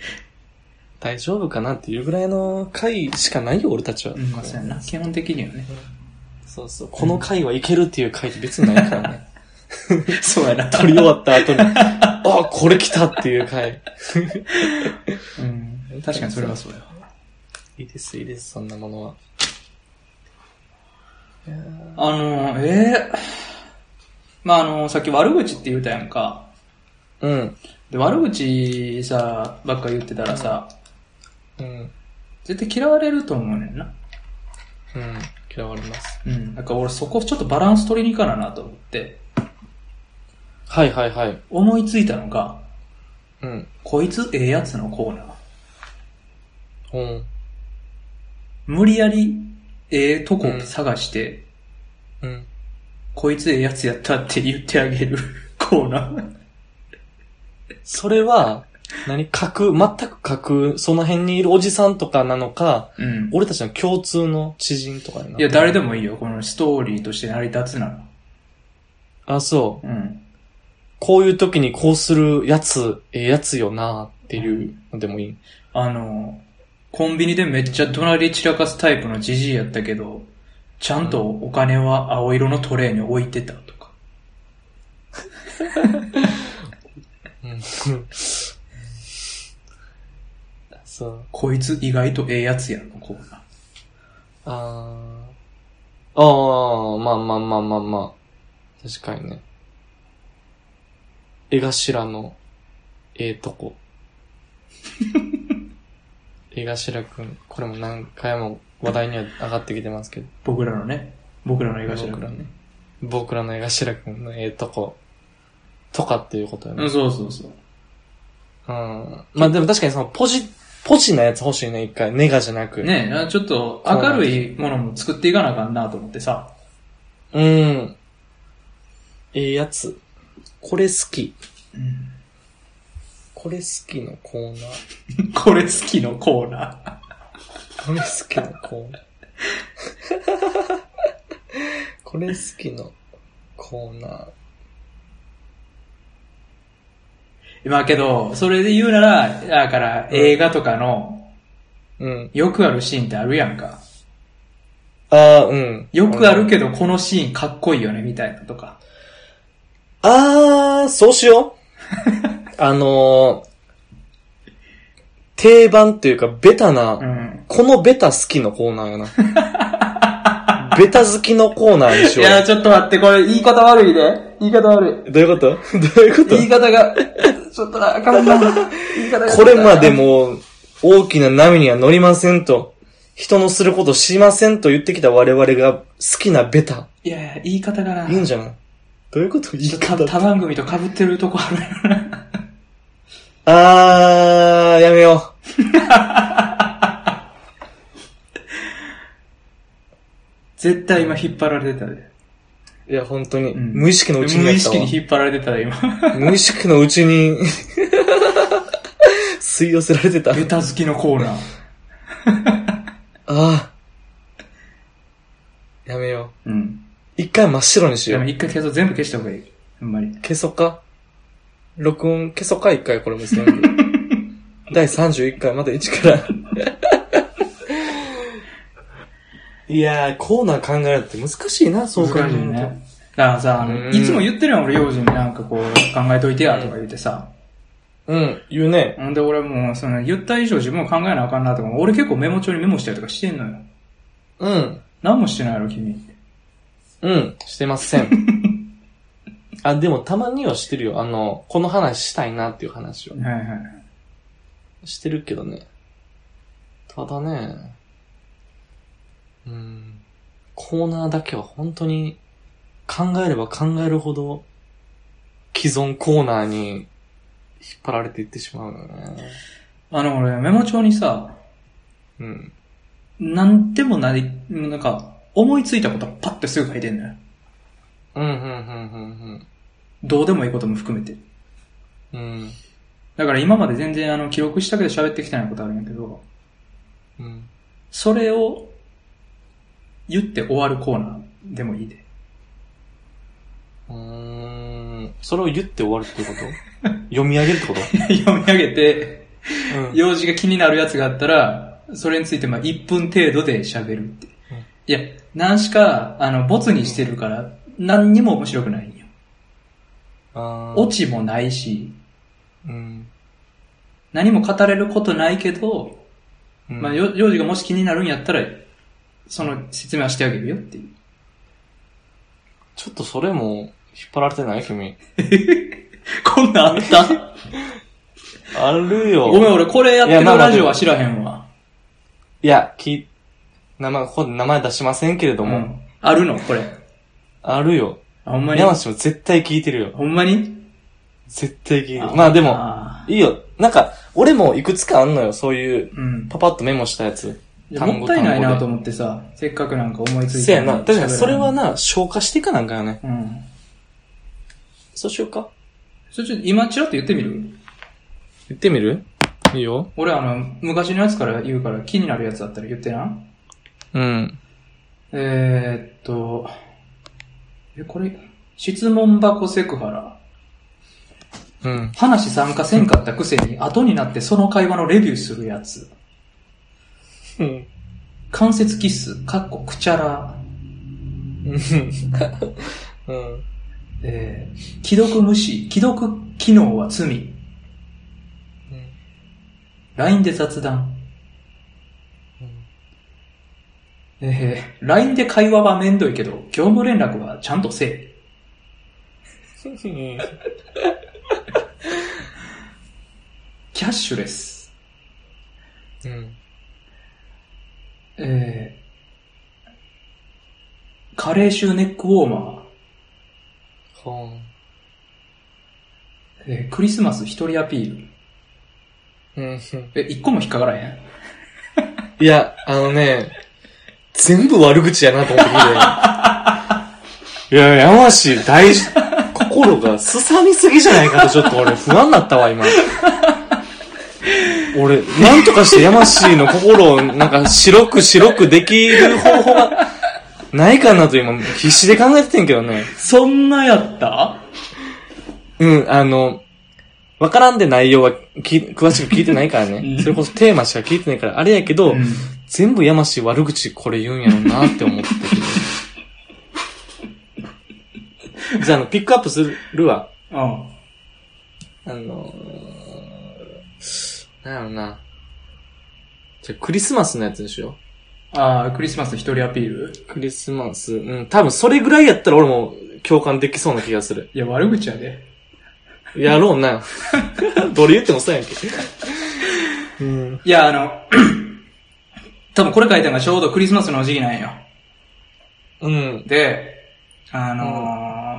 大丈夫かなっていうぐらいの回しかないよ、俺たちは。うん、まあそうやな。基本的にはね。そうそう。この回はいけるっていう回って別にないからね。 [LAUGHS] そうやな。 [LAUGHS] 撮り終わった後に、ああ、これ来たっていう回。うん。確かにそれはそうやわ。いいです、いいです、そんなものは。あの、ええまああの、さっき悪口って言うたやんか。うん。で、悪口さ、ばっか言ってたらさ、うん。絶対嫌われると思うねんな。うん。嫌われます。うん。なんか俺そこちょっとバランス取りに行かななと思って、はいはいはい。思いついたのが、うん。こいつええやつのコーナー。うん。無理やりええとこ探して、うん。こいつええやつやったって言ってあげる [LAUGHS] コーナー。それは、何架空、全く架空、その辺にいるおじさんとかなのか、うん。俺たちの共通の知人とかやな。いや、誰でもいいよ。このストーリーとして成り立つなら。あ、そう。うん。こういう時にこうするやつ、ええやつよな、っていうのでもいい。あの、コンビニでめっちゃ怒鳴り散らかすタイプのジジイやったけど、ちゃんとお金は青色のトレーに置いてたとか。そう。こいつ意外とええやつやのコーナー。あー。あー、まあまあまあまあまあ。確かにね。絵頭の、ええと [LAUGHS] こ。絵頭くん、これも何回も話題には上がってきてますけど。僕らのね、僕らの映画僕ららね。僕らの江頭くんのええとこ、とかっていうことようねん、。そうそうそう。うん。まあでも確かにそのポジ、ポジなやつ欲しいね、一回。ネガじゃなく。。ねえ、ちょっと明るいものも作っていかなあかんなと思ってさ。 [LAUGHS] うん。ええやつ。これ好き。これ好きのコーナー。これ好きのコーナこれ好きのコー [LAUGHS] ナー。これ好きのコーナー。ー。 [LAUGHS] まあけど、それで言うなら、だから映画とかのうん。よくあるシーンってあるやんか。ああ、うん。よくあるけどこのシーンかっこいいよねみたいなとか。あー、そうしよう。 [LAUGHS] あのー、定番っていうか、ベタな、うん。このベタ好きのコーナーやな。 [LAUGHS] ベタ好きのコーナーにしいよや、ちょっと待って、これ言い方悪いで。言い方悪い。う。どういうこと [LAUGHS] どういうこ言い方が、 [LAUGHS] ちょっとな、あか [LAUGHS] んな。言い方が。とこれまでも、大きな波には乗りませんと、人のすることしませんと言ってきた我々が好きなベタ。いやいや、言い方がな。いいんじゃないどういうこと言いちょっと方他他番組と被ってるとこあるよな。あー、やめよ絶対今引っ張られてたで。う。いや、本当に、ん無意識のうちに無やっ意たわ識に引っ張られてたで、今。 [LAUGHS] 無意識のうち [LAUGHS] に、吸い寄せられてた。あベタ好きのコーナー。あ。やめようん。う。一回真っ白にしでよもう。一回消す全部消した方がいい。ほんまに。消そか。録音消そか、一回これも全 [LAUGHS] 部。第31回まで1から。 [LAUGHS] いやー、コーナー考えるって難しいな、そう考え難るしいと。ね。だからさ、あのうんいつも言ってるやん、俺、用心になんかこう、考えといてや、とか言ってさ。うん、言うね。ほんで、俺もう、その、言った以上自分も考えなあかんなとか、俺結構メモ帳にメモしたりとかしてんのよ。うん、何もしてないやろ、君。うん、してません。 [LAUGHS] あ、でもたまにはしてるよ。あの、この話したいなっていう話をはい。はい。してるけどね。ただね、うん、コーナーだけは本当に考えれば考えるほど既存コーナーに引っ張られていってしまうのよね。あの、俺、メモ帳にさ、うん。なんでもない、なんか、思いついたことはパッてすぐ書いてんのよ。うん、うん、うん、どうでもいいことも含めて。うん、うん。だから今まで全然あの記録したけど喋ってきてないことあるんやけど、うん。それを言って終わるコーナーでもいいで。 [LAUGHS] うん。うーん。それを言って終わるってこと [LAUGHS] 読み上げるってこと読み上げて、うん用事が気になるやつがあったら、それについてまあ1分程度で喋るって。うんいや、何しか、あの、ボツにしてるから、何にも面白くないんよ。あーオチもないし、うん。何も語れることないけど、うんまあ、よ用事がもし気になるんやったら、その説明はしてあげるよっていう。ちょっとそれも引っ張られてない君。 [LAUGHS] こんなんあったあるよ。ごめん、俺これやってるいやまあまあラジオは知らへんわ。いや、き、名前、ここで名前出しませんけれども、うんあるのこれ。あるよ。あほんまに山氏も絶対聞いてるよ。ほんまに絶対聞いてる。まあでも、あいいよ。なんか、俺もいくつかあんのよ、そういう、ーうん。パパッとメモしたやつ。いやもったいないなとっ思ってさ、せっかくなんか思いつて。いせて。やな。確かにそれはな。な、消化していかなんかよね。うん。そうしようか。それちょっと今ちらっと言ってみる言ってみるいいよ。俺あの、昔のやつから言うから気になるやつだったら言ってな。うん。えー、っと、え、これ、質問箱セクハラ。うん。話参加せんかったくせに、後になってその会話のレビューするやつ。うん。関節キス、かっこくちゃら。うん。えー既読無視、既読機能は罪。LINE で雑談。えー LINE で会話はめんどいけど、業務連絡はちゃんとせえ。キャッシュレス。うん。えーカレー臭ネックウォーマー。コーン。えークリスマス一人アピーうん、ル。え、一個も引っかからへん。いや、あのね、全部悪口やなと思って [LAUGHS] 聞いて。いや、山氏、大事、心がすさみすぎじゃないかと、ちょっと俺、不安になったわ、今。俺、なんとかして山氏の心を、なんか、白く白くできる方法が、ないかなと今、必死で考えててんけどね。そんなやったうん、あの、わからんで内容はき詳しく聞いてないからね。それこそテーマしか聞いてないから、あれやけど、うん全部山氏悪口これ言うんやろうなっ [LAUGHS] て思ってて。じゃあ、あの、ピックアップするわ。うん。あのー、なんやろな。じゃあ、クリスマスのやつでしょああ、クリスマス一人アピールクリスマス。うん、多分それぐらいやったら俺も共感できそうな気がする。いや、悪口やで。やろ [LAUGHS] うな。どれ言ってもそうやんけ。うん。いや、あの、 [CLEARS THROAT] 多分これ書いたのがちょうどクリスマスの時期なんよ。うん。で、あの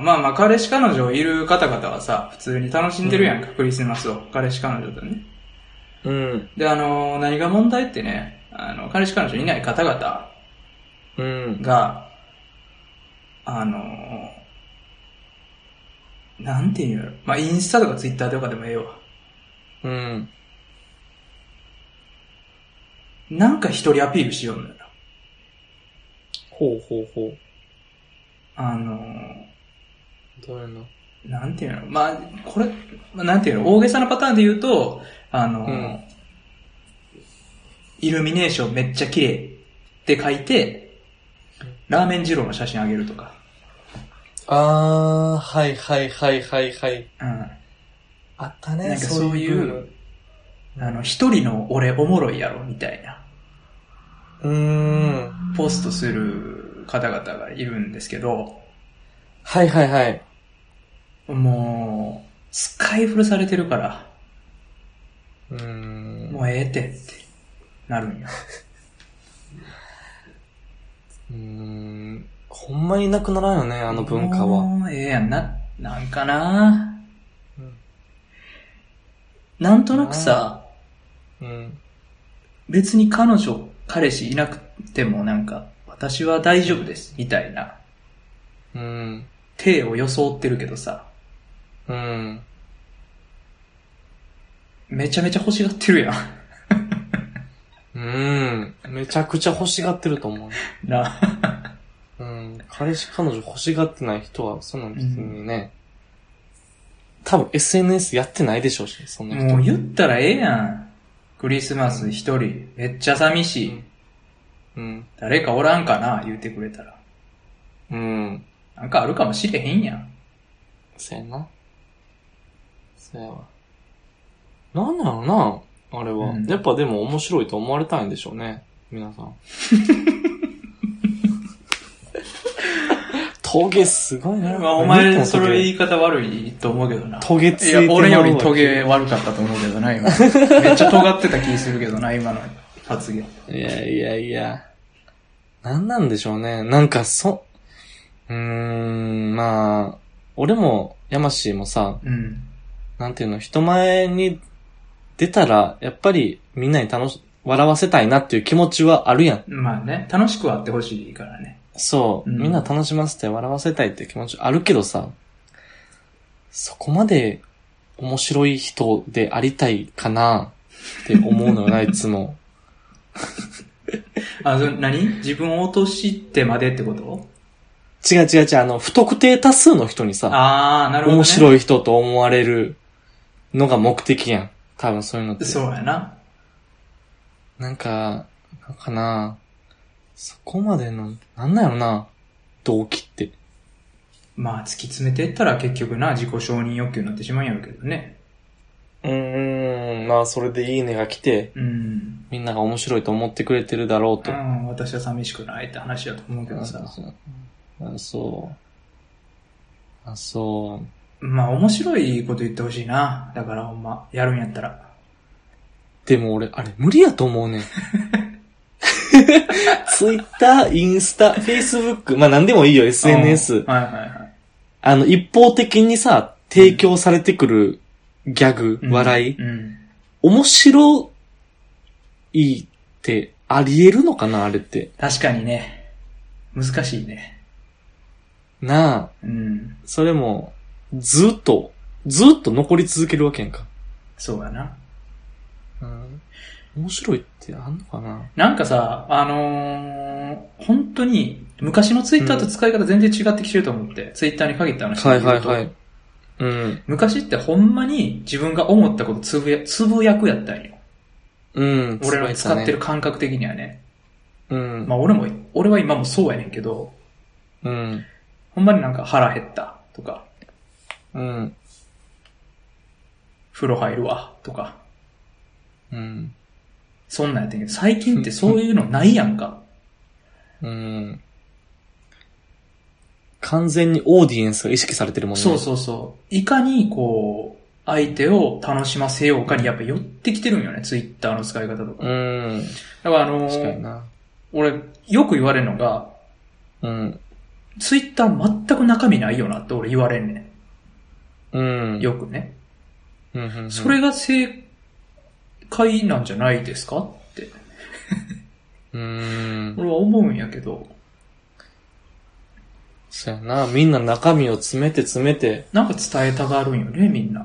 ーまあまあ、彼氏彼女いる方々はさ、普通に楽しんでるやんか、クリスマスを。彼氏彼女とね。うん。で、あのー何が問題ってね、あの、彼氏彼女いない方々うん。が、あのーなんていうんやろ。まあ、インスタとかツイッターとかでもええわ。うん。なんか一人アピールしようのよな。ほうほうほう。あのーどれのなんていうのまあ、これ、まあ、なんていうの大げさなパターンで言うと、あの、うんイルミネーションめっちゃ綺麗って書いて、ラーメン二郎の写真あげるとか。あー、はいはいはいはいはい。うん。あったね、なんかそういう、あの、一人の俺おもろいやろみたいな、ブーム。うーん。ポストする方々がいるんですけど、はいはいはい。もう、スカイフルされてるから、うーん。もうええってってなるんよ。うーん。ほんまになくならんよね、あの文化は。もうええやんな、なんかな、うんなんとなくさ、うん。別に彼女、彼氏いなくてもなんか、私は大丈夫です、みたいな、うん。体を装ってるけどさ、うん。めちゃめちゃ欲しがってるやん。 [LAUGHS] うん。めちゃくちゃ欲しがってると思う。な、うん。彼氏彼女欲しがってない人は、そんなん別にね、多分 SNS やってないでしょうし、そんな人。もう言ったらええやん。クリスマス一人、めっちゃ寂しういん。うん。誰かおらんかな、言うてくれたら。うん。なんかあるかもしれへんやん。そやな。そやわ。なんだろうな、あれは。うんやっぱでも面白いと思われたいんでしょうね、皆 [LAUGHS] さん。トゲすごいな。まあ、お前、それ言い方悪いと思うけどな。トゲついいてまうわや、俺よりトゲ悪かったと思うけどな、 [LAUGHS] 今。めっちゃ尖ってた気するけどな、今の発言。いやいやいや。なんなんでしょうね。なんかそ、うーん、まあ、俺も、山氏もさ、うん。なんていうの、人前に出たら、やっぱりみんなに楽し、笑わせたいなっていう気持ちはあるやん。まあね、楽しくはあってほしいからね。そう、うんみんな楽しませて笑わせたいっていう気持ちあるけどさ、そこまで面白い人でありたいかなって思うの [LAUGHS] よな、いつも。あ、そ何自分を落としてまでってこと違う違う違う、あの、不特定多数の人にさ、ああ、なるほど、ね。面い。白い人と思われるのが目的やん。多分そういうのって。そうやな。なんか、なんかなそこまでの、なんなんやろな動機って。まあ、突き詰めていったら結局な、自己承認欲求になってしまうんやろうけどね。うーん、まあそれでいいねが来て、うん。みんなが面白いと思ってくれてるだろううと。ん、私は寂しくないって話だと思うけどさ。あ、そう。あ、そまあ、面白いこと言ってほしいな。だからほんま、やるんやったら。う。でも俺、あれ無理やと思う [LAUGHS] ねん。ツイッター、インスタ、フェイスブック、まあ何でもいいよ、SNS。はいはいはい。あの、一方的にさ、提供されてくるギャグ、笑い、うん。面白いってあり得るのかなあれって。確かにね。難しいね。なあ、うん。それも、ずっと、ずっと残り続けるわけやんか。そうだな。うん。面白いってあんのかななんかさ、あのー本当に、昔のツイッターと使い方全然違ってきてると思って、ツイッターに限った話はでい言はういとはい。うん。昔ってほんまに自分が思ったことつぶや、つぶやくやったんよ。うん。俺の使ってるね。感覚的にはね。うん。まあ俺も、俺は今もそうやねんけど、うん。ほんまになんか腹減ったとか、うん。風呂入るわとか、うん。そんなんやってんけど、最近ってそういうのないやんか。うん。完全にオーディエンスが意識されてるもんね。そうそうそう。いかにこう、相手を楽しませようかにやっぱ寄ってきてるんよね、ツイッターの使い方とか。うん。だからあのー確かにな。俺、よく言われるのが、うん。ツイッター全く中身ないよなって俺言われんねうん。ん。よくね。うんうんうんそれが正解なんじゃないですかって、うん。俺は思うんやけど、そうやな。みんな中身を詰めて詰めて。なんか伝えたがるんよね、みんな。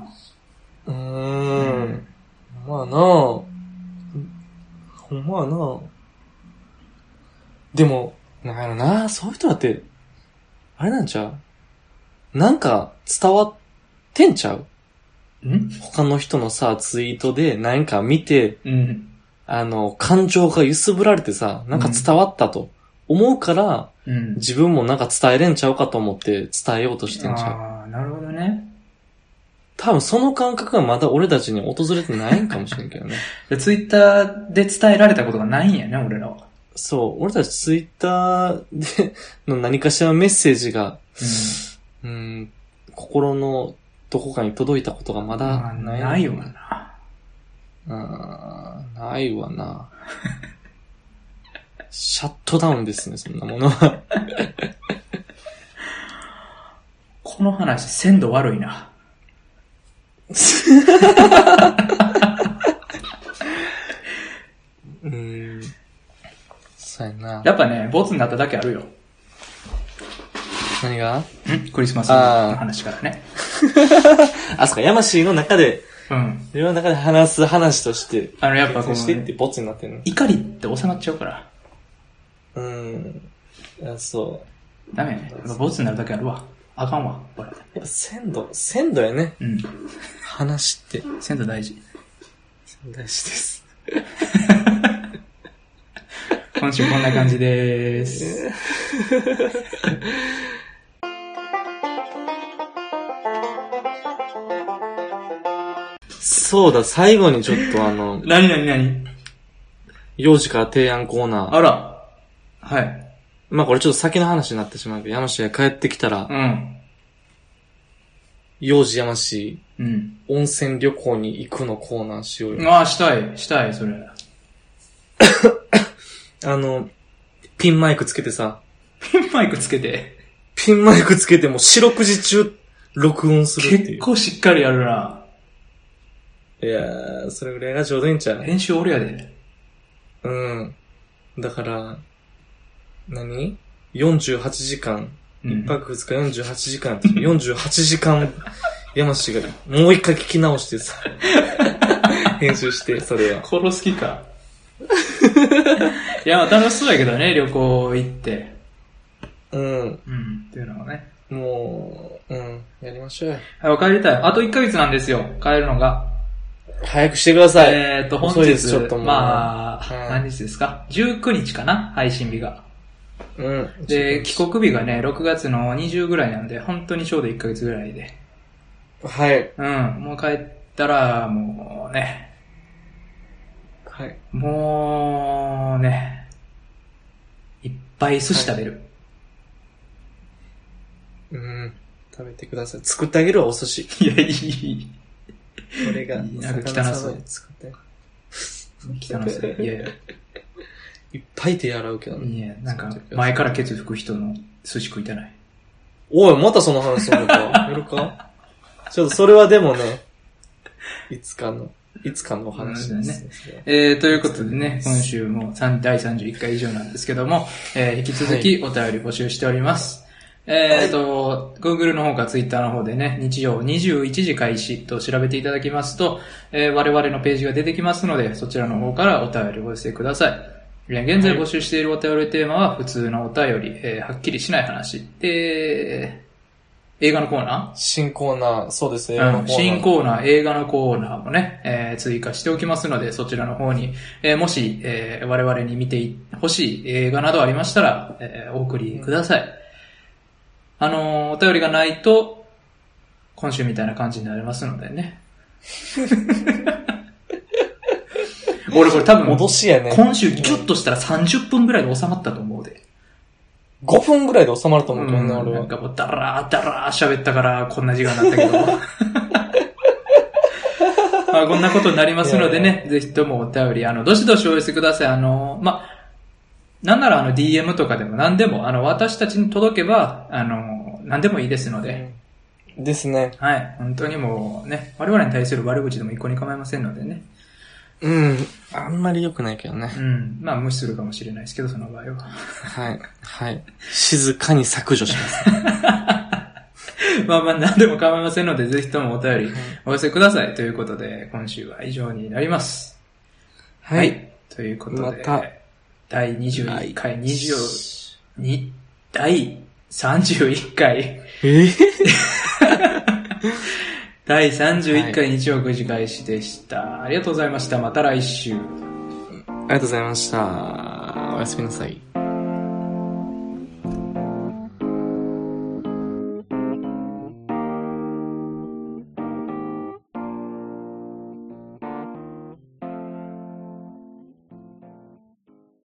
ううーん。。まあなあ。ほんまやなでも、なんやろな。そういう人だって、あれなんちゃうなんか伝わってんちゃうん他の人のさ、ツイートで何か見て、うん。あの、感情が揺すぶられてさ、なんか伝わったと思うから、うん。自分もなんか伝えれんちゃうかと思って伝えようとしてんちゃう。ああ、なるほどね。多分その感覚がまだ俺たちに訪れてないんかもしれんけ [LAUGHS] どね。ツイッターで伝えられたことがないんやね、俺らは。そう、俺たちツイッターでの何かしらのメッセージが、うん、心のどこかに届いたことがままだあない。ないよな。うんないわな。シャットダウンですね、そんなものは。この話、鮮度悪いな。うん。そうやな。やっぱね、ボツになっただけあるよ。何がんクリスマスの話からね。あ、そうか、ヤマシーの中で、うん。世の中で話す話として、あの、やっぱこそしてってう、ボツになってるの。怒りって収まっちゃうから。うん。あそう。ダメやね。やっぱボツになるだけあるわ。あかんわ、これ。やっぱ鮮度、鮮度やね。うん。話って。鮮度大事。大事です。今週こんな感じでー [LAUGHS] す。そうだ、最後にちょっとあの、なになになに幼児から提案コーナー。あら。はい。まあこれちょっと先の話になってしまうけど、ヤマシーが帰ってきたら、うん。幼児ヤマシうん。ー、温泉旅行に行くのコーナーしようよ。ああ、したい、したい、それ。あの、ピンマイクつけてさ、ピン [LAUGHS] マイクつけて。ピンマイクつけても四六時中録音するってい結う。構しっかりやるな。いやー、それぐらいがちょうどいいんちゃう編集俺やで。うん。だから、何 ?48 時間、う一ん。泊二日48時間やったし、48時間、山氏がもう一回聞き直して [LAUGHS] さ、編集して、それは。殺す気か。 [LAUGHS] いや、まあ楽しそうやけどね、旅行行って。うん。うん。っていうのはね。もう、うん、やりましょうよ。はい、帰りたい。あと1ヶ月なんですよ、帰るのが。早くしてください。えっ、と、本遅い日ですちょっと、もうまあ、うん何日ですか ?19 日かな配信日が。うん。で、帰国日がね、6月の20ぐらいなんで、本当にちょうど1ヶ月ぐらいで。はい。うん、もう帰ったら、もうね、はい。もうね、いっぱい寿司食べる。うん。食べてください。作ってあげるわ、お寿司。い、や、いい。俺が、いいなんか汚そうお魚さばいて作って。汚すね。いやいや。いっぱい手洗うけどね。いや、なんか、前からケツ吹く人の寿司食いたない。おい、またその話するのか。 [LAUGHS] やるかちょっとそれはでもね、いつかの、いつかのお話ですね。えー、ということでね、今週も三第31回以上なんですけども、えー、引き続きお便り募集しております。えーと、Google の方か Twitter の方でね、日曜21時開始と調べていただきますと、えー我々のページが出てきますので、そちらの方からお便りをお寄せください。えー現在募集しているお便りテーマは、普通のお便り、えーはっきりしない話、えー、映画のコーナー新コーナー、そうですね。うん新ーコーナー、映画のコーナーもね、えー追加しておきますので、そちらの方に、えーもし、えー我々に見てほしい映画などありましたら、えーお送りください。あのーお便りがないと、今週みたいな感じになりますので [LAUGHS] ね。俺これ多分、戻しやね。今週ギュッとしたら30分ぐらいで収まったと思うで。 5分ぐらいで収まると思うけどうん、ね、な俺はん。かもうダラーダラー喋ったからこんな時間になったけ [LAUGHS] ど。まあこんなことになりますのでいやね、ぜひともお便り、あの、どしどしお寄せください。あの、まあ、なんならあの DM とかでも何でも、あの、私たちに届けば、あの、何でもいいですので、ですね。はい、本当にもうね、我々に対する悪口でも一向に構いませんのでね、うん。あんまり良くないけどねう。ん、まあ無視するかもしれないですけど、その場合は。 [LAUGHS] はい。はい。静かに削除します。まあまあ何でも構いませんので、ぜひともお便りお寄せください。ということで、今週は以上になります。は。。はいということで、また第21回、22、第31回、えー第31回日曜9時開始でした、ありがとうございました。また来週。ありがとうございました。おやすみなさい。